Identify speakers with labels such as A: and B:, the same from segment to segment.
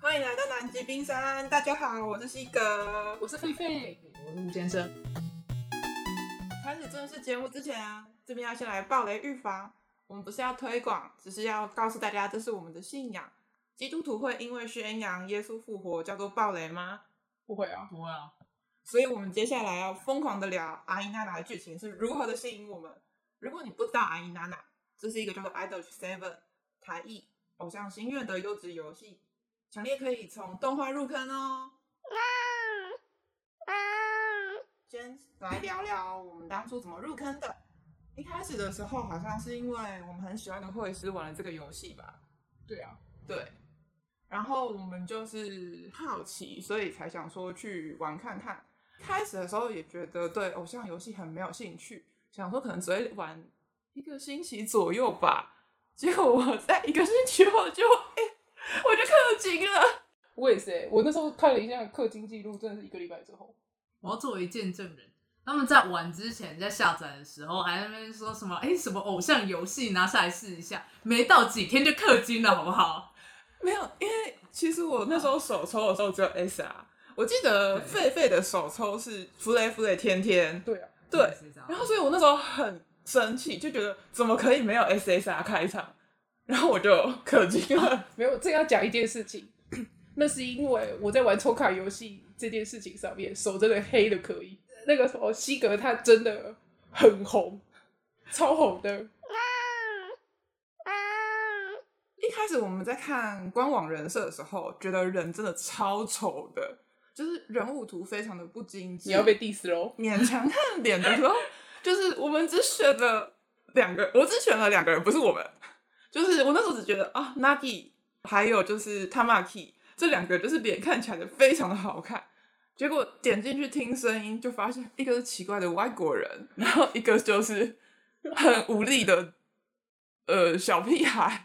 A: 欢迎来到南极冰山。大家好，我是西哥。
B: 我是狒狒，我是吴先生。
A: 开始正式节目之前啊，这边要先来暴雷预防。我们不是要推广，只是要告诉大家这是我们的信仰。基督徒会因为宣扬耶稣复活叫做暴雷吗？不会啊。
B: 不会啊，
A: 所以我们接下来要疯狂的聊阿依娜娜的剧情是如何的吸引我们。如果你不知道阿依娜娜，这是一个叫做 Idol Seven 台艺偶像心愿的优质游戏，强烈可以从动画入坑哦。先来聊聊我们当初怎么入坑的。一开始的时候，好像是因为我们很喜欢的会师玩了这个游戏吧，
B: 对啊，
A: 对，然后我们就是好奇，所以才想说去玩看看。开始的时候也觉得对偶像游戏很没有兴趣，想说可能只会玩一个星期左右吧。结果我在一个星期后就，哎、我就氪金了。
B: 我也是、欸。我那时候看了一下氪金记录，真的是一个礼拜之后。
C: 我要作为见证人。他们在玩之前，在下载的时候，还在那边说什么“哎、什么偶像游戏拿下来试一下”，没到几天就氪金了，好不好？
A: 没有，因为其实我那时候手抽的时候只有 SR，我啊记得
C: 对
A: 狒狒的手抽是弗雷弗雷天天，
B: 对啊，
A: 对，
C: 是这样
A: 然后，所以我那时候很生气，就觉得怎么可以没有 SSR 开场？然后我就氪金了。
B: 没有，这要讲一件事情， 那是因为我在玩抽卡游戏这件事情上面，手真的黑的可以。那个时候西格他真的很红，超红的。
A: 一开始我们在看官网人设的时候，觉得人真的超丑的，就是人物图非常的不精致。
B: 你要被 diss 喽？
A: 勉强看脸的时候，就是我们只选了两个，我只选了两个人，不是我们。就是我那时候只觉得啊，Nagi 还有就是 Tamaki 这两个，就是脸看起来非常的好看。结果点进去听声音，就发现一个是奇怪的外国人，然后一个就是很无力的呃小屁孩。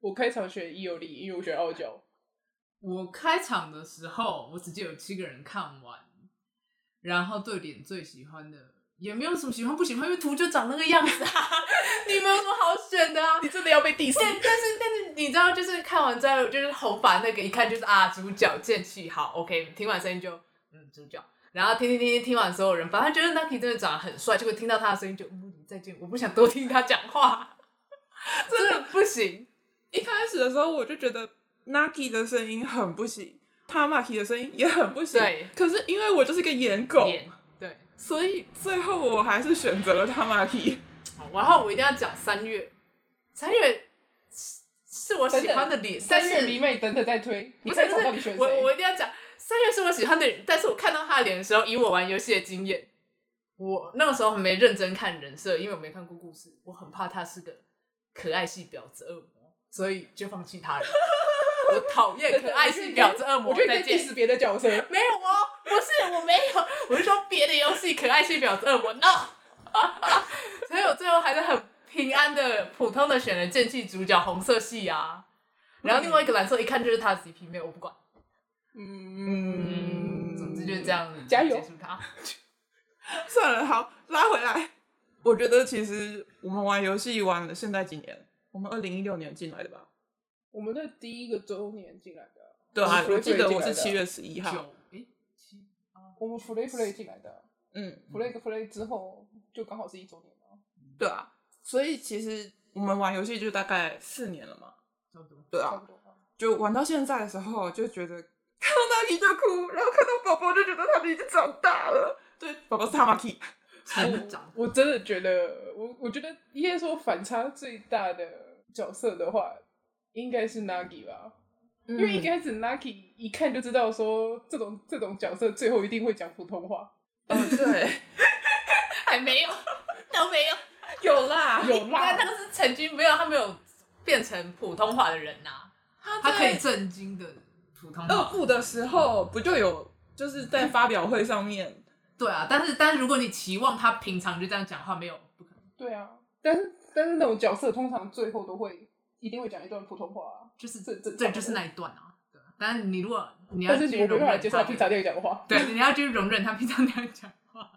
B: 我开场选伊有利，因为我选傲娇。
C: 我开场的时候，我直接有七个人看完，然后对脸最喜欢的也没有什么喜欢不喜欢，因为图就长那个样子啊，你们有什么好选的啊？
B: 你真的要被 diss？
C: 但但是但是你知道，就是看完之后，就是红发那个一看就是啊，主角剑气好，OK，听完声音就嗯主角，然后听听听听听完所有人，反正觉得 Nucky 真的长得很帅，结果听到他的声音就嗯再见，我不想多听他讲话，真的不行。
A: 一开始的时候，我就觉得 Nagi 的声音很不行，Tamaki 的声音也很不行。
C: 对，
A: 可是因为我就是个颜狗，
C: 演对，
A: 所以最后我还是选择了 Tamaki。
C: 好然后我一定要讲三月，三月是是我喜欢的脸，
B: 三月
C: 但是
B: 迷妹等等再推，你
C: 不
B: 开
C: 是
B: 场到底
C: 不
B: 选
C: 是，
B: 谁？
C: 我我一定要讲，三月是我喜欢的人，但是我看到他的脸的时候，以我玩游戏的经验，我那个时候很没认真看人设，因为我没看过故事，我很怕他是个可爱系婊子恶魔，所以就放弃 他了。我讨厌可爱系婊子恶魔，
B: 我觉得
C: 再
B: 你在 diss
C: 见。
B: 别的角色。
C: 没有哦，不是我没有，我是说别的游戏可爱系婊子恶魔 no。所以我最后还是很平安的、普通的选了剑气主角红色系啊，然后另外一个蓝色一看就是他的 CP 妹，我不管。
A: 嗯
C: 嗯，总之就是这。样，
B: 加油
C: 结束它。
A: 算了，好，拉回来。我觉得其实我们玩游戏玩了现在几年，我们二零一六年进来的吧？
B: 我们的第一个周年进来的，
A: 对啊，
B: 我
A: 我
B: 们
A: 记得我是
B: Free Play 进来的
A: 七月十一号。
C: 九诶七八
B: 我们 Play Play 进来的
A: 嗯，
B: ，Play Play 之后就刚好是一周年了。
A: 对啊，所以其实我们玩游戏就大概四年了嘛。
C: 差不多。
A: 对
B: 差
A: 啊
B: 不，多吧
A: 就玩到现在的时候，就觉得看到那里就哭，然后看到宝宝就觉得他们已经长大了。对，宝宝是他妈 key。
C: 成长
B: 我真的觉得，我我觉得应该说反差最大的角色的话，应该是 Nagi 吧，
A: 因
B: 因为一开始 Nagi 一看就知道说这种这种角色最后一定会讲普通话，
A: 嗯对，
C: 还没有，都没有。
A: 有啦，
B: 有
C: 但那
B: 啦，
C: 个是曾经没有，他没有变成普通话的人呐、
A: 他
C: 他可
A: 在
C: 以震惊的普通
A: 二
B: 哦
C: 话。
A: 部的时候不就有就是在发表会上面，
C: 对啊，但是但是如果你期望他平常就这样讲话，没有不可能，
B: 对啊，但是但是那种角色通常最后都会一定会讲一段普通话啊、
C: 就是
B: 这这
C: 对，就是那一段啊。对啊，但是你如果你要
B: 但是
C: 去
B: 我没
C: 容
B: 办法
C: 忍
B: 接受他
C: 他，
B: 平常那样讲话。
C: 对，你要去容忍他平常那样讲话。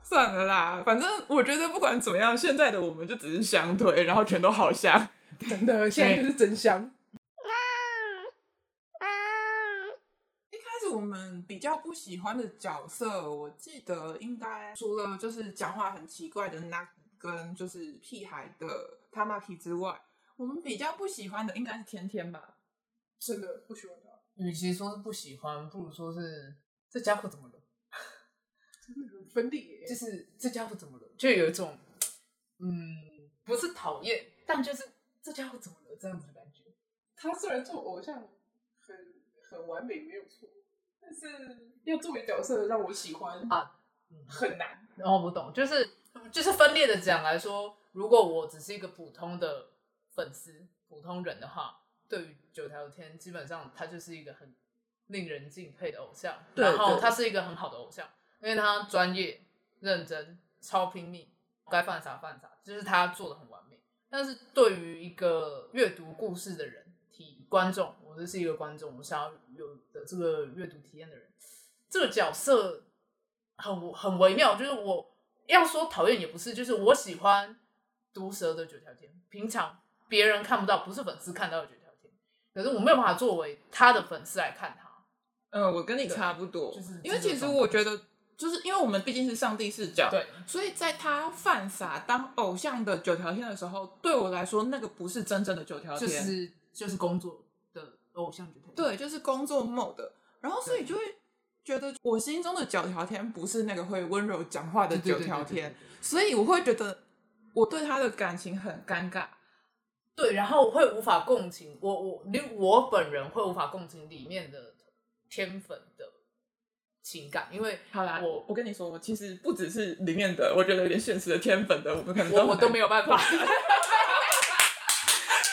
A: 算了啦，反正我觉得不管怎么样，现在的我们就只是相推，然后全都好像。
B: 真的，现在就是真香。
A: 我们比较不喜欢的角色，我记得应该除了就是讲话很奇怪的 Nagi 跟就是屁孩的 Tamaki 之外，我们比较不喜欢的应该是天天吧。
B: 真的不喜欢他，
C: 与其说是不喜欢，不如说是这家伙怎么了？
B: 真的很分裂
C: 就
B: 耶。
C: 是这家伙怎么了？就有一种，嗯，不是讨厌，但就是这家伙怎么了这样子的感觉。
B: 他虽然做偶像很很完美没有错，但是要作为角色让我喜欢
C: 啊嗯
B: 很难。
C: 然后我懂，就是就是分裂的讲来说，如果我只是一个普通的粉丝、普通人的话，对于九条天，基本上他就是一个很令人敬佩的偶像，
A: 对
C: 然后
A: 对
C: 他是一个很好的偶像，因为他专业、认真、超拼命，该犯啥犯啥，就是他做的很完美。但是对于一个阅读故事的人、体观众，我就是一个观众，我想要有的这个阅读体验的人，这个角色很很微妙，就是我要说讨厌也不是，就是我喜欢毒蛇的九条天，平常别人看不到，不是粉丝看到的九条天，可是我没有办法作为他的粉丝来看他，
A: 嗯，我跟你差不多，
C: 对就是
A: 因为其
C: 这
A: 实
C: 种
A: 我觉得，就是因为我们毕竟是上帝视角，
C: 对，
A: 所以在他犯傻当偶像的九条天的时候，对我来说，那个不是真正的九条
C: 就
A: 天，
C: 是就是工作的偶像九条天，
A: 对，就是工作 mode。然后所以就会觉得我心中的九条天不是那个会温柔讲话的
C: 对对
A: 九
C: 对
A: 条
C: 对对
A: 天，所以我会觉得我对他的感情很尴尬。
C: 对，然后我会无法共情，我我连我本人会无法共情里面的天粉的情感，因为
A: 好啦，
C: 我
A: 我跟你说，我其实不只是里面的，我觉得有点现实的天粉的，我们可能
C: 我
A: 很
C: 我都
A: 难
C: 没有办法。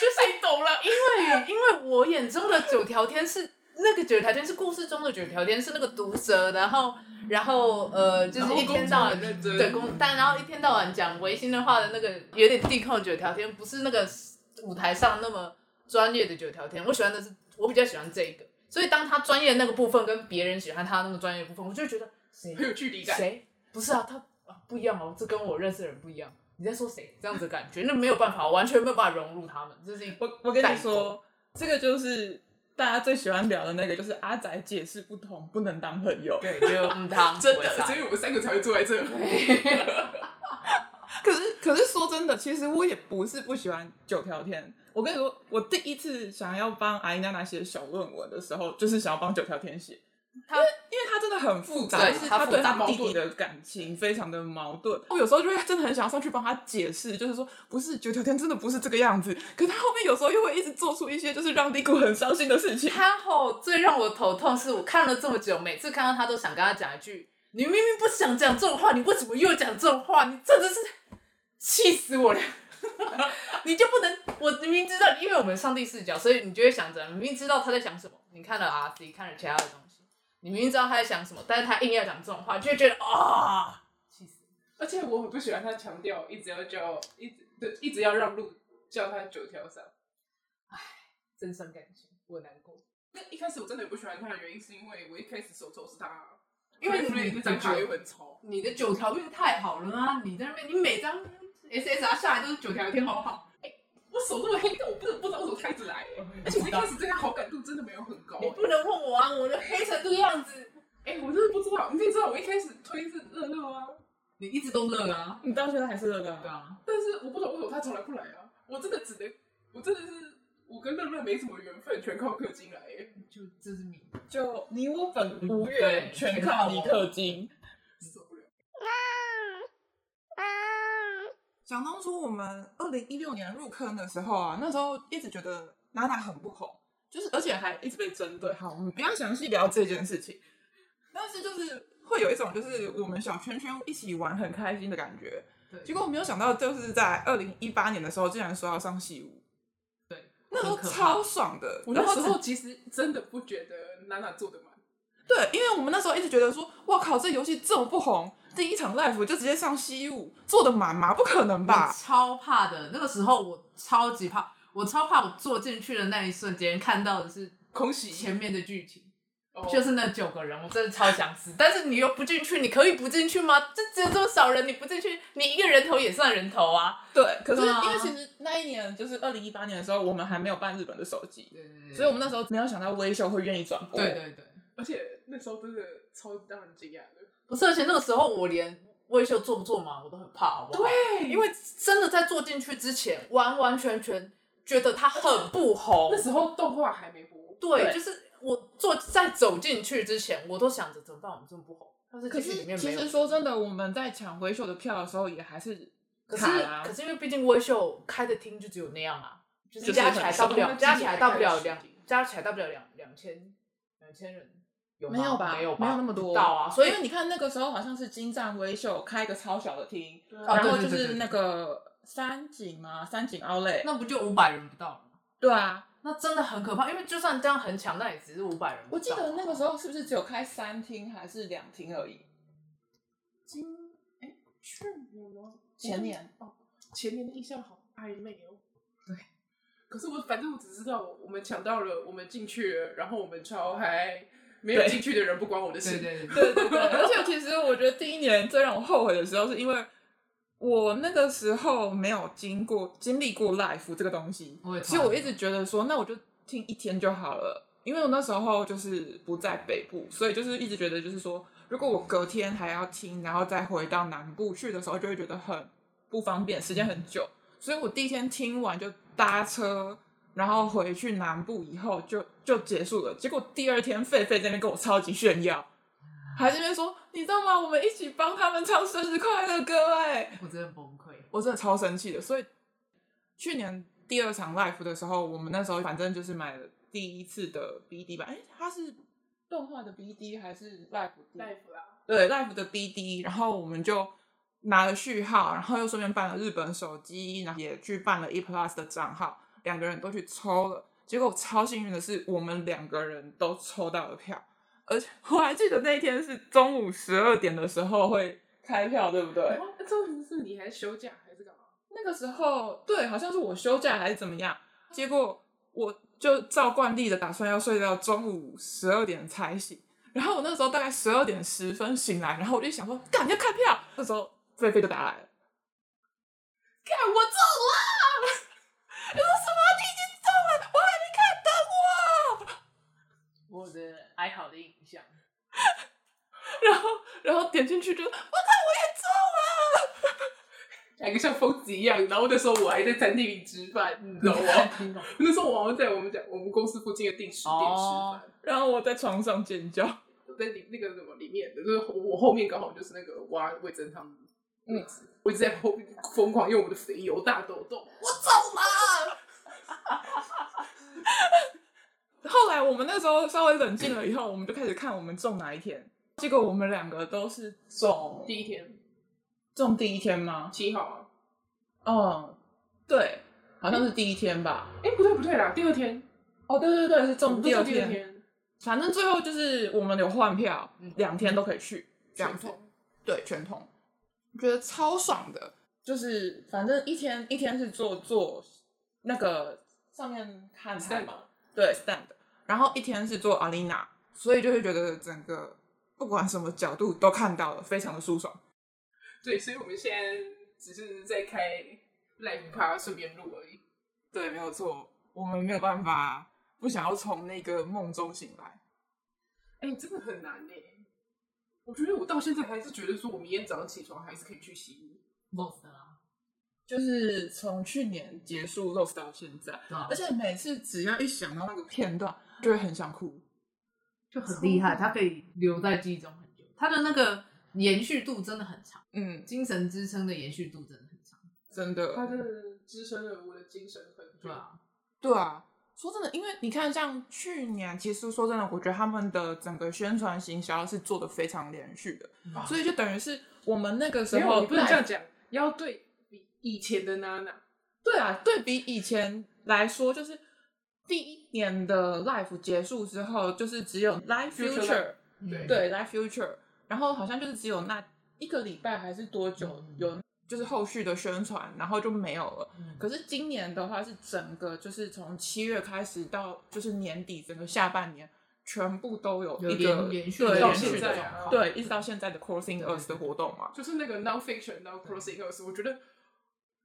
C: 就是你懂了，因为因为我眼中的九条天是那个九条天是故事中的九条天是那个毒蛇，然后然后呃就是一天到晚
B: 认真
C: 对公但然后一天到晚讲违心的话的那个有点地控的九条天，不是那个舞台上那么专业的九条天，我喜欢的是我比较喜欢这一个，所以当他专业的那个部分跟别人喜欢他那个专业的部分，我就觉得谁
B: 很有距离感。
C: 谁？不是啊，他啊不一样哦，这跟我认识的人不一样。你在说谁？这样子的感觉，那没有办法，我完全没有办法融入他们，这是一
A: 我我跟
C: 代
A: 你
C: 沟
A: 说，这个就是大家最喜欢聊的那个，就是阿宅解释不同，不能当朋友。
C: 对，就嗯，他
B: 真
C: 我也
B: 的，所
C: 是
B: 以我们三个才会坐在这。
A: 可是可是说真的，其实我也不是不喜欢九条天。我跟你说，我第一次想要帮阿姨娜娜写小论文的时候，就是想要帮九条天写，
C: 他
A: 因为因为他真的很复杂，
C: 对
A: 就是
C: 他
A: 他
C: 复
A: 对
C: 杂
A: 他弟
B: 矛
A: 弟
B: 盾
A: 的感情非常的矛盾。我有时候就会真的很想上去帮他解释，就是说不是九条天真的不是这个样子，可他后面有时候又会一直做出一些就是让蒂谷很伤心的事情。
C: 他吼最让我头痛是我看了这么久，每次看到他都想跟他讲一句：“你明明不想讲这种话，你为什么又讲这种话？你真的是气死我了！” 你就不能，我明明知道，因为我们上帝视角，所以你就会想着，明明知道他在想什么，你看了 R C，看了其他的东西，你明明知道他在想什么，但是他硬要讲这种话，就会觉得啊，气死！
B: 而且我很不喜欢他强调，一直要叫，一直对，一直要让路，叫他九条上。
C: 真伤感情，我难过。
B: 那一开始我真的很不喜欢他的原因，是因为我一开始手抽是他，
C: 因为
B: 因为那张卡又很丑。
C: 你的九条命太好了啊！你在那边，你每张 S S R 下来都是九条天，好不好？
B: 我手这么黑，但我不不知道为什么他一直来、欸，而且我一开始对他好感度真的没有很高、
C: 你
B: 欸。
C: 不能问我啊，我的黑成这个样子，
B: 哎、我真的不知道，你也知道我一开始推是乐乐啊，
C: 你一直都乐啊，
A: 你到现在还是那个、
C: 对啊，
B: 但是我不懂为什么他从来不来啊！我真的只能，我真的是我跟乐乐没什么缘分，全靠氪金来、欸。
C: 就这是你。
A: 就你我本无
C: 嗯对
A: 缘，全
C: 全
A: 靠
C: 靠
A: 尼
C: 我
A: 氪金。
B: 受不了。
A: 想当初我们二零一六年入坑的时候啊，那时候一直觉得娜娜很不红，就是而且还一直被针对。好，我们不要详细聊这件事情，但是就是会有一种就是我们小圈圈一起玩很开心的感觉。
C: 对，
A: 结果我没有想到，就是在二零一八年的时候，竟然说要上戏舞，
C: 对，
A: 那时候
C: 很可怕
A: 超爽的。
B: 我那
A: 然后
B: 时
A: 只
B: 候其实真的不觉得娜娜做的蛮
A: 对，因为我们那时候一直觉得说，哇靠，这游戏这么不红，第一场 live 就直接上西武，做的满吗？不可能
C: 我
A: 吧？
C: 超怕的。那个时候我超级怕，我超怕我坐进去的那一瞬间看到的是
B: 空袭，
C: 前面的剧情。
B: 哦
C: 就是那九个人，我真的超想死。但是你又不进去，你可以不进去吗？就只有这么少人，你不进去，你一个人头也算人头啊。
A: 对，可是
C: 对啊
A: 因为其实那一年就是二零一八年的时候，我们还没有办日本的手机，
C: 对对
A: 所以我们那时候没有想到微秀会愿意转播。
C: 嗯对对对，
B: 而且那时候真的超让人惊讶的。
C: 不是，而且那个时候我连微秀做不做嘛，我都很怕，好不好？
B: 对
C: 因为真的在做进去之前，完完全全觉得它很不红
B: 那。时候动画还没播，
C: 对，就是我做在走进去之前，我都想着怎么办，我们这么不红。但是
A: 可
C: 其实
A: 是
C: 里面
A: 其
C: 没有
A: 实，说真的，我们在抢回秀的票的时候，也还是
C: 可
A: 卡
C: 是
A: 啦
C: 可是因为毕竟微秀开的厅就只有那样啊，就
A: 就是是
C: 加
A: 很
C: 起来到不
B: 少
C: 了，加起来到不了
B: 那
C: 两
B: 几，
C: 加起来到不了两两千两千人，有吗
A: 没有吧？
C: 没有吧？
A: 没有那么多
C: 不到啊，所以
A: 因为你看那个时候好像是金站微秀开一个超小的厅，
C: 啊
A: 然
C: 对
A: 后
C: 对
A: 就
C: 对
A: 是
C: 对
A: 那个三井嘛，三井奥莱，
C: 那不就五百人不到了吗？
A: 对啊，
C: 那真的很可怕，因为就算这样很强，那也只是五百人。
A: 我记得那个时候是不是只有开三厅还是两厅而已？
B: 今哎去年吗？
A: 前年
B: 哦，前年的印象好暧昧哦。对，可是我反正我只知道我们抢到了，我们进去了，然后我们超嗨，没有
A: 对
B: 进去的人不关我的事。
C: 对对，
A: 对 对对，而且其实我觉得第一年最让我后悔的时候，是因为我那个时候没有经过经历过 life 这个东西，
C: 我也
A: 所以我一直觉得说，那我就听一天就好了，因为我那时候就是不在北部，所以就是一直觉得就是说，如果我隔天还要听，然后再回到南部去的时候，就会觉得很不方便，时间很久，所以我第一天听完就搭车。然后回去南部以后就就结束了，结果第二天狒狒在那边跟我超级炫耀，还这边说，你知道吗？我们一起帮他们唱生日快乐歌、哎，
C: 我真的崩溃。
A: 我真的超生气的。所以去年第二场 live 的时候，我们那时候反正就是买了第一次的 BD 吧，哎、它是动画的 BD 还是 live 的
B: 大夫啦，
A: 对 live 的 BD，然后我们就拿了序号，然后又顺便办了日本手机，然后也去办了 E Plus 的账号，两个人都去抽了。结果超幸运的是，我们两个人都抽到了票，而且我还记得那一天是中午十二点的时候会开票，对不对
B: 然？后重点是你还休假还是 干嘛？
A: 那个时候对，好像是我休假还是怎么样，结果我就照惯例的打算要睡到中午十二点才醒，然后我那时候大概十二点十分醒来，然后我就想说，赶要看票，这时候菲菲就打来了，看我中了，我说什么你已经中了，我还没看到我。
C: 我的哀嚎的影 响，
A: 然后然后点进去就，我看我也中了。
B: 两个像疯子一样，然后那时候我还在餐厅里吃饭，你知道吗？
C: 听 懂？
B: 那时候我好像在我们家我们公司附近的定时店吃
C: 哦
B: 饭，
A: 然后我在床上尖叫，
B: 我在里那个什么里面的，就是我我后面刚好就是那个挖味噌汤的位置，我一直在后面疯狂用我的肥油大抖动，
A: 后来我们那时候稍微冷静了以后，我们就开始看我们中哪一天。结果我们两个都是中
B: 第一天
A: 中第一天吗？
B: 七号啊，
A: 嗯，对，好像是第一天吧。
B: 哎、不对不对啦，第二天，
A: 哦，对对对，是中第
B: 第
A: 二
B: 第二
A: 天。
B: 天，
A: 反正最后就是我们有换票
C: 嗯，
A: 两天都可以去，这样
B: 全
A: 子。
B: 痛，
A: 对，全通，我觉得超爽的。就是反正一天一天是做做那个上面看台嘛，对 stand，然后一天是做 Alina，所以就会觉得整个不管什么角度都看到了，非常的舒爽。
B: 对，所以我们现在只是在开 live 趴顺便录而已，
A: 对，没有错，我们没有办法不想要从那个梦中醒来。
B: 哎、真的很难呢、我觉得我到现在还是觉得说，我明天早上起床还是可以去洗衣，
C: 梦死了，
A: 就是从去年结束 Lost 到现在，
C: 对啊
A: 而且每次只要一想到那个片段，就会很想哭。
C: 就很厉害，它可以留在记忆中很久，它的那个延续度真的很长，
A: 嗯，
C: 精神支撑的延续度真的很长，
A: 真的，
B: 它真的支撑了我的精神很久。
C: 对啊，
A: 对啊，说真的，因为你看，像去年，其实说真的，我觉得他们的整个宣传行销是做的非常连续的，
C: 嗯
A: 所以就等于是我们那个时
B: 没有，
A: 候
B: 你不能这样
A: 对
B: 讲，要对比以前的娜娜。
A: 对啊，对比以前来说，就是第一年的 Life 结束之后，就是只有 Life
B: Future
A: Future，
C: 嗯
B: 对
A: 对 Life Future，然后好像就是只有那一个礼拜还是多久
C: 嗯
A: 有就是后续的宣传，然后就没有了。
C: 嗯
A: 可是今年的话是整个就是从七月开始到就是年底整个下半年，全部都有
C: 有
A: 一个
C: 连连续
A: 对
B: 到
A: 连
B: 现
A: 续
B: 在
A: 的
B: 啊
A: 状况对一直到现在的 Crossing
C: 对
A: Earth 的活动嘛。
B: 就是那个 nonfiction non crossing us，我觉得，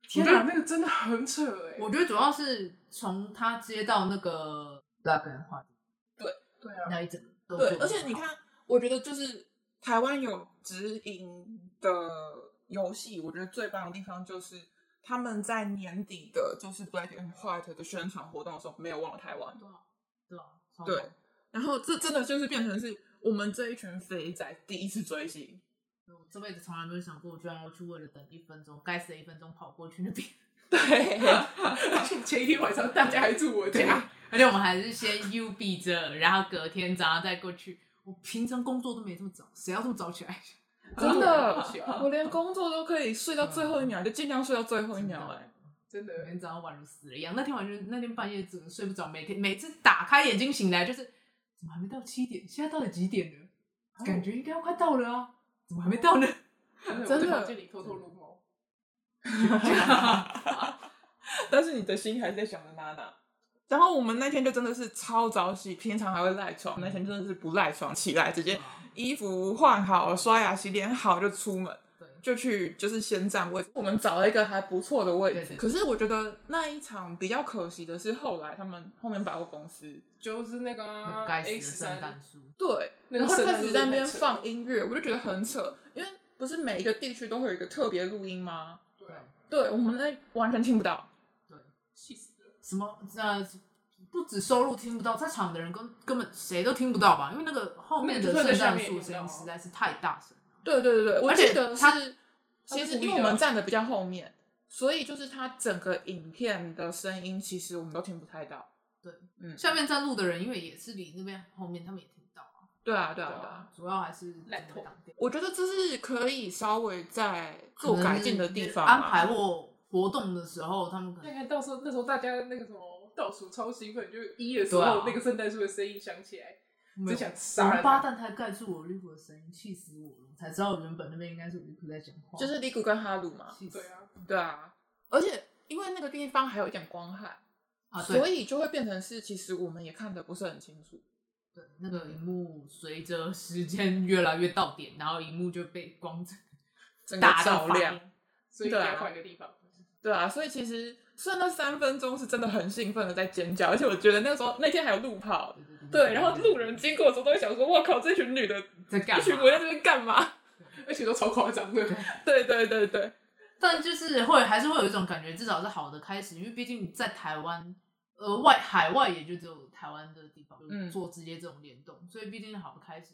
C: 天
B: 我
C: 哪
B: 觉得那个真的很扯哎、
C: 我觉得主要是从他接到那个 Black and White
B: 对啊，
C: 那一整个都
A: 对
C: 做，得
A: 而且
C: 很
A: 你
C: 好，
A: 看，我觉得就是台湾有直营的游戏，我觉得最棒的地方就是他们在年底的，就是 Black and White 的宣传活动的时候，没有忘了台湾。
C: 对啊超
A: 对
C: 猛，
A: 然后这真的就是变成是我们这一群肥仔第一次追星，
C: 我这辈子从来没有想过，我居然要去为了等一分钟，该死的一分钟跑过去那边。
A: 对，
B: 前一天晚上大家还住我
C: 对
B: 家，
C: 而且我们还是先 U 比着，然后隔天早上再过去。我平常工作都没这么早，谁要这么早起来？
B: 真的，
A: 我连工作都可以睡到最后一秒，就尽量睡到最后一
C: 真
A: 秒、
C: 的
A: 哎，
B: 真
C: 每
B: 的
C: 天早上宛如死了一样。那天晚上那天半夜整个睡不着，每天每次打开眼睛醒来就是怎么还没到七点？现在到底几点了？感觉应该要快到了啊，怎么还没到呢？
B: 真
A: 真的
B: 房间里偷偷撸猫，
A: 但是你的心还是在想着娜娜。然后我们那天就真的是超早起，平常还会赖床，那天真的是不赖床，起来直接衣服换好、刷牙、洗脸好就出门，
C: 对
A: 就去就是先占位置。我们找了一个还不错的位置，
C: 对对对
A: 可是我觉得那一场比较可惜的是，后来他们后面百货公司
B: 就是那个
C: 很
B: 啊
C: 该死
B: A
C: 的
B: 十
C: 圣
B: 三
C: 诞，树，
A: 对，
B: 那
A: 然
B: 个
A: 后
B: 圣
A: 开
B: 诞
A: 始
B: 树
A: 在那
B: 太
A: 边
B: 扯
A: 放音乐，我就觉得很扯，因为不是每一个地区都会有一个特别录音吗？
B: 对
A: 对，啊我们那完全听不到。
C: 对，
B: 气死了，
C: 什么呃，不止收入听不到，在场的人根根本谁都听不到吧？因为那个后面的
B: 就算在
C: 圣
B: 下
C: 诞
B: 面也
C: 树
B: 听不到
C: 声
B: 啊
C: 音实在是太大声了。
A: 对对对对，我
C: 而且
A: 记得
C: 他
A: 是，
B: 他
A: 其
B: 是
A: 实
B: 故
A: 因为
B: 意
A: 我
B: 的
A: 们
B: 啊
A: 站的比较后面，所以就是他整个影片的声音，其实我们都听不太到。
C: 对，
A: 嗯
C: 下面站路的人因为也是离那边后面，他们也听不到啊。
A: 对啊，对啊，
B: 对啊
A: 对啊。
C: 主要还是整
B: 烂
C: 个
B: 透
C: 当地
A: 我觉得这是可以稍微在做改进的地方啊。
C: 安排或活动的时候，他们可
B: 那
C: 能
B: 看到时候那时候大家那个什么倒数超兴奋，就一的时
C: 对啊
B: 候那个圣诞树的声音响起来，
C: 没
B: 只
C: 有。
B: 想杀
C: 王
B: 人
C: 八蛋才盖住我绿湖的声音，气死我了！才知道原本那边应该是我绿湖在讲话，
A: 就是李谷跟哈鲁嘛。
C: 气死
B: 对啊，
A: 对啊，而且因为那个地方还有一点光害，
C: 啊！
A: 所
C: 对
A: 以就会变成是，其实我们也看得不是很清楚。
C: 对，那个荧幕随着时间越来越到点，然后荧幕就被光 整
A: 整个
C: 大到
A: 照
C: 发
A: 亮，
C: 亮。
B: 所以应
A: 对啊
B: 该换一个地方。
A: 对啊，所以其实虽然那三分钟是真的很兴奋的在尖叫，而且我觉得那时候那天还有路跑，对，然后路人经过的时候都会想说：“我靠，这群女的，
C: 在干
A: 这群
C: 嘛
A: 围在 这边干嘛
B: 而且都超夸张 的，？”
A: 对对对对，
C: 但就是会还是会有一种感觉，至少是好的开始，因为毕竟在台湾，呃，外海外也就只有台湾的地方
A: 嗯
C: 做直接这种联动，所以毕竟好的开始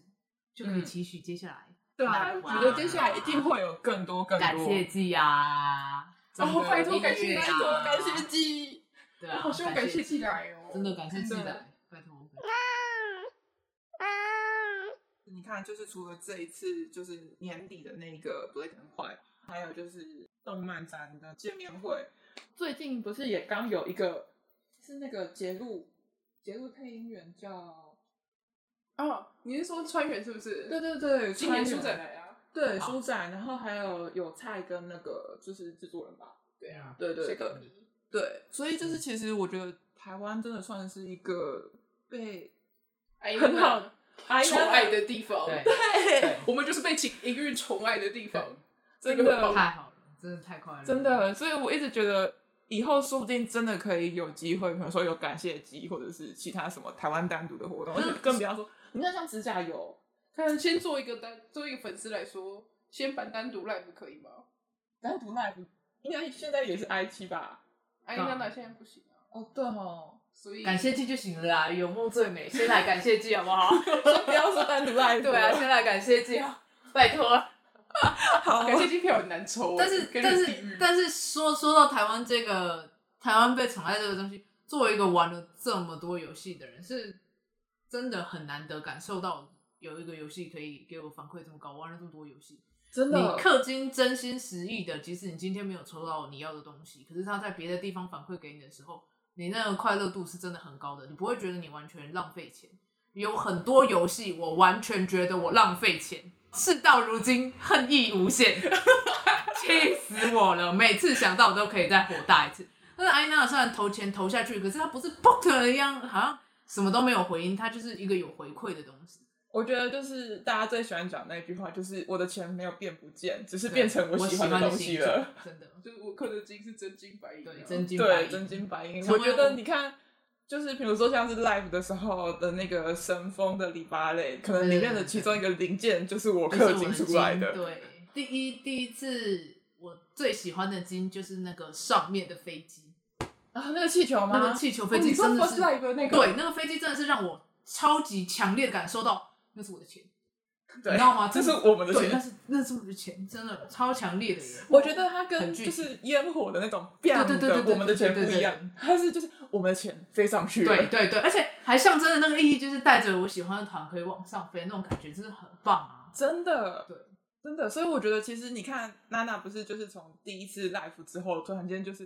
C: 就可以
A: 嗯
C: 期许接下来、
A: 对
C: 啊
A: 我觉得接下来一定会有更多更
C: 感谢
A: 多。
C: 季啊，
A: 然后
C: 真的
A: 拜托
C: 音乐啊
A: 感谢拜托感谢季，
C: 对啊，
B: 好希望感
C: 谢，
B: 谢季来哦，
C: 真的感谢季
A: 真的
C: 来，拜托。
A: 你看，就是除了这一次，就是年底的那个 Black and White，还有就是动漫展的见面会，最近不是也刚有一个是那个节录节录配音员叫
B: 啊！你是说川原是不是？
A: 对，对对，
B: 今
A: 川
B: 年
A: 原
B: 书展来啊，
A: 对
C: 好
A: 书展，然后还有有菜跟那个就是制作人吧，
B: 对啊，
A: 对对
B: 谁
A: 对
B: 跟你
A: 对，所以就是其实我觉得台湾真的算是一个被很
B: 很
A: 好
B: 宠爱，的地方，
C: 对，
A: 对，
B: 我们就是被情营运宠爱的地方，
A: 真
B: 这个很
A: 的
B: 棒
C: 太好了，真的太快乐了，
A: 真的，所以我一直觉得以后说不定真的可以有机会，比如说有感谢祭或者是其他什么台湾单独的活动，而且更不要说你看像指甲油，
B: 看先做一个单，做一个粉丝来说，先办单独 live 可以吗？
A: 单独卖应该现在也是 I 七吧？
B: 哎，
C: 当
B: 娜
C: 然
B: 娜现在不行啊，
A: 哦，对哦，
B: 所以
C: 感谢季就行了啦，有梦最美，先来感谢季好不好？
A: 先不要说单独卖，
C: 对啊，先来感谢季啊，拜托了。
A: 好
B: 感谢机票很难抽，
C: 但是
B: 跟
C: 但
B: 地狱
C: 是但是说说到台湾这个台湾被宠爱这个东西，作为一个玩了这么多游戏的人，是真的很难得感受到有一个游戏可以给我反馈这么高，玩了这么多游戏，
A: 真
C: 你
A: 的
C: 氪金真心实意的，即使你今天没有抽到你要的东西，可是他在别的地方反馈给你的时候，你那个快乐度是真的很高的，你不会觉得你完全浪费钱。有很多游戏，我完全觉得我浪费钱，事到如今恨意无限，气死我了！每次想到我都可以再火大一次。但是艾娜虽然投钱投下去，可是她不是 b o k 一样，好像什么都没有回音，它就是一个有回馈的东西。
A: 我觉得就是大家最喜欢讲那句话，就是我的钱没有变不见，只是变成
C: 我
A: 喜欢
C: 的
A: 东
C: 形
A: 西
C: 状
A: 了。，
C: 真的，
B: 就是我氪的金是真金白银啊，
C: 对，真金白
A: 对，
C: 银
A: 真金白银。
C: 成为
A: 我觉得你看，就是比如说像是 live 的时候的那个神风的篱笆类，可能里面的其中一个零件就是我
C: 就是我
A: 哦氪金出来的。
C: 金对，第一第一次我最喜欢的金就是那个上面的飞机，
A: 啊，那个气球
C: 那个
A: 吗？
C: 气球
B: 哦
C: 飞
B: 你
C: 机
B: 说
C: 真的
B: First
C: 是，
B: Live 那个，
C: 对，那个飞机真的是让我超级强烈的感受到那是我的钱，你
A: 对
C: 知道吗？
A: 这
C: 真
A: 是
C: 的
A: 我们的
C: 对，那
A: 钱。
C: 是那是我的钱，真的超强烈的耶。
A: 我觉得它
C: 很
A: 跟
C: 具体
A: 就是烟火的那种
C: 对对
A: 变
C: 对对
A: 的
C: 对
A: 我们的钱不一
C: 对
A: 样，它是就是我们的钱飞上去了。
C: 对对对，而且还象征的那个意义就是带着我喜欢的团可以往上飞，那种感觉真的很棒啊！
A: 真的，
C: 对，
A: 真的。所以我觉得，其实你看娜娜不是就是从第一次 live 之后，突然间就是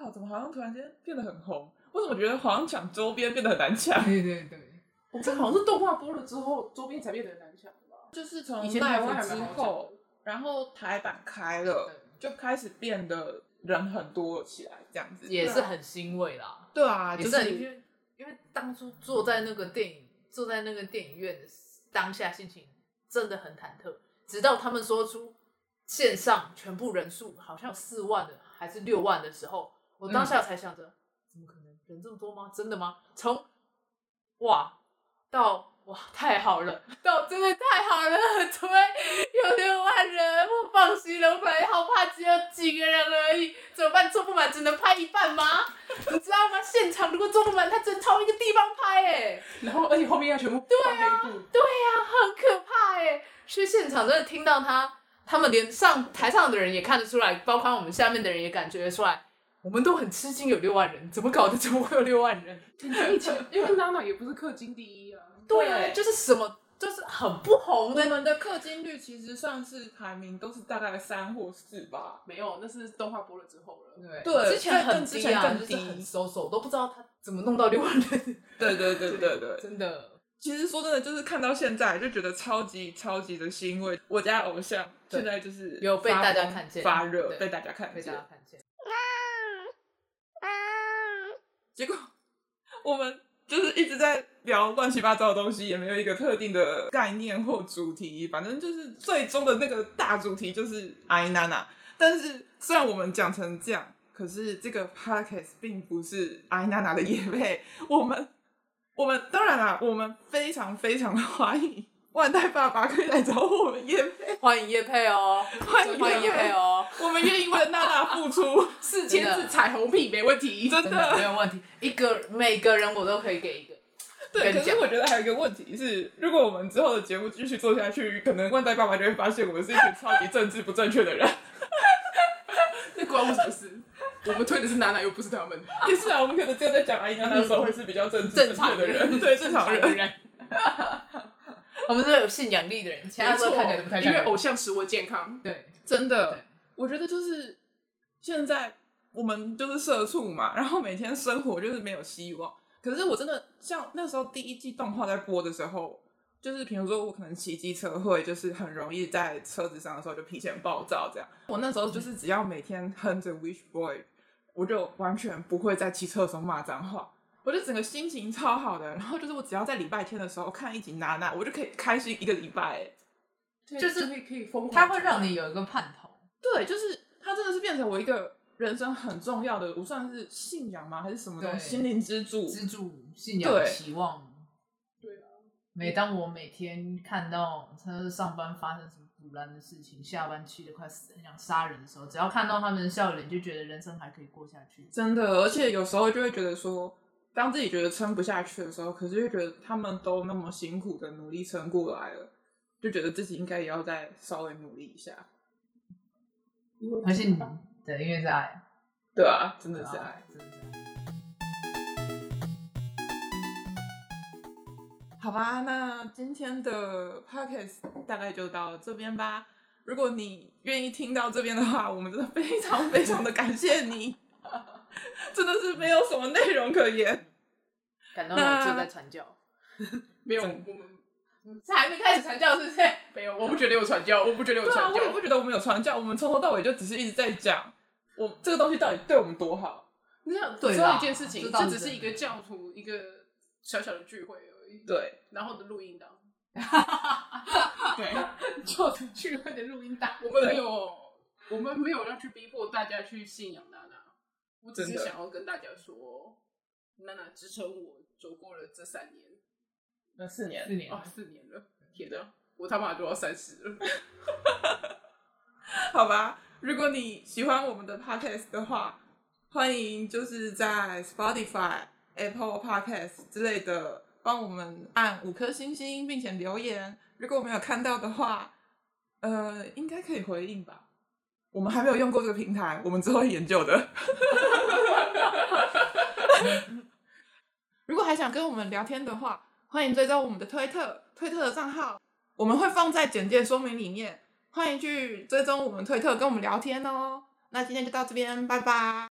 A: 哇，怎么好像突然间变得很红？我怎么觉得好像抢周边变得很难抢？
C: 对对对，
B: 我 这好像是动画播了之后，周边才变得很难抢的吧？
A: 就是从
B: 以前台湾
A: live
B: 还蛮
A: 之
B: 好
A: 后，然后台版开了，就开始变得人很多起来，这样子。啊
C: 也是很欣慰啦。
A: 对啊，
C: 也
A: 就是
C: 很
A: 是
C: 因为因为当初坐在那个电影坐在那个电影院的当下心情真的很忐忑，直到他们说出线上全部人数好像有四万的还是六万的时候，我当下才想着、怎么可能人这么多吗？真的吗？从哇到哇太好了，到真的太好了，对，有六万人，我放心了。我本来好怕只有几个人而已，怎么办？坐不满只能拍一半吗？你知道吗？现场如果坐不满，他只能挑一个地方拍、哎，
B: 然后而且后面要全部放黑布，
C: 对啊呀、很可怕哎、去现场真的听到他，他们连上台上的人也看得出来，包括我们下面的人也感觉得出来，我们都很吃惊，有六万人，怎么搞的？怎么会有六万 人？
B: 以前因为娜娜也不是氪金第一啊，
C: 对啊，就是什么，就是很不红
A: 我
C: 的
A: 们的氪金率其实上次排名都是大概三或四吧。
B: 没有，那是动画播了之后了。
C: 啊
A: 对
C: 之前很
A: 之
C: 低
A: 前
C: 啊，
A: 更
C: 就是
A: 低
C: 很收手，都不知道他怎么弄到六万人，
A: 对对对对对，
C: 真的。
A: 其实说真的，就是看到现在就觉得超级超级的欣慰。我家偶像
C: 对
A: 现在就是
C: 有被
A: 发
C: 大家
A: 光
C: 看见
A: 发热，
C: 对
A: 被大家看
C: 被
A: 见
C: 大家。看见，
A: 结果我们就是一直在聊乱七八糟的东西，也没有一个特定的概念或主题，反正就是最终的那个大主题就是艾娜娜。但是虽然我们讲成这样，可是这个 podcast 并不是艾娜娜的夜配，我们我们当然啦，我们非常非常的欢迎万代爸爸可以来找我们夜配，
C: 欢迎叶佩哦，
A: 欢迎
C: 欢迎叶佩哦。
A: 我们愿意为娜娜付出，
B: 四千字 彩虹屁没问题，
A: 真
C: 真的没
A: 的。
C: 有问题，一个每个人我都可以给一个。
A: 对，
C: 跟你
A: 可是
C: 讲
A: 我觉得还有一个问题是，如果我们之后的节目继续做下去，可能万代爸爸就会发现我们是一群超级政治不正确的 人。
B: 那关我什么事？ 我们推的是娜娜，又不是他们。
A: 也是啊，我们可能只有在讲阿姨娜那时候会是比较政治
C: 正
A: 正
C: 常
A: 确的
C: 人
A: 人，对正常人。
B: 人，
C: 我们是有信仰力的人，其他时候看起来都不太
B: 因
C: 像
B: 为
C: 人。
B: 偶像使我健康。
C: 对，
A: 真
C: 对
A: 的，我觉得就是现在我们就是社畜嘛，然后每天生活就是没有希望。可是我真的像那时候第一季动画在播的时候，就是比如说我可能骑机车会，就是很容易在车子上的时候就脾气很暴躁这样。我那时候就是只要每天哼着 Wish Boy，我就完全不会在骑车的时候骂脏话。我就整个心情超好的，然后就是我只要在礼拜天的时候看一集娜娜，我就可以开心一个礼拜、欸。
C: 就是
B: 可以可以疯狂，
C: 他会让你有一个盼头。
A: 对，就是它真的是变成我一个人生很重要的，我算是信仰吗？还是什么
C: 对
A: 东西？心灵支柱。
C: 支柱、信仰、
A: 对
C: 期望。
B: 对啊。
C: 每当我每天看到呃他上班发生什么突然的事情，下班气得快死，很想杀人的时候，只要看到他们的笑脸，就觉得人生还可以过下去。
A: 真的，而且有时候就会觉得说，当自己觉得撑不下去的时候，可是又觉得他们都那么辛苦的努力撑过来了，就觉得自己应该也要再稍微努力一下。
C: 而且你对，因为是爱，
A: 对啊，真的是爱。，
C: 真的是爱。
A: 好吧，那今天的 podcast 大概就到这边吧。如果你愿意听到这边的话，我们真的非常非常的感谢你， 真的是没有什么内容可言。
C: 感到
A: 那
C: 我正在传教，
B: 没有我们
C: 是还没开始传教，是不是？
B: 没有，我不觉得有传教，我不觉得有
A: 对啊，
B: 传
A: 我也
B: 教
A: 不。觉得我们有传教，我们从头到尾就只是一直在讲我这个东西到底对我们多好。
B: 你想，
C: 对
B: 只有
C: 啦
B: 一件事情，
C: 这倒
B: 这
C: 是
B: 只是
C: 真
B: 一
C: 的
B: 个教徒一个小小的聚会而已。，
A: 对
B: 然后的录音档，
A: 对，
B: 教徒聚会的录音档，我们没有，我们没有要去逼迫大家去信仰娜娜，我只是
A: 真的
B: 想要跟大家说，娜娜支撑我走过了这三年，
D: 那四年，
C: 四年
B: 哦，四年了，天哪，我他妈都要三十了。
A: 好吧，如果你喜欢我们的 podcast 的话，欢迎就是在 Spotify、Apple Podcast 之类的帮我们按五颗星星，并且留言。如果我没有看到的话，呃，应该可以回应吧。我们还没有用过这个平台，我们之后会研究的。 如果还想跟我们聊天的话，欢迎追踪我们的推特，推特的账号我们会放在简介说明里面。欢迎去追踪我们推特，跟我们聊天哦。那今天就到这边，拜拜。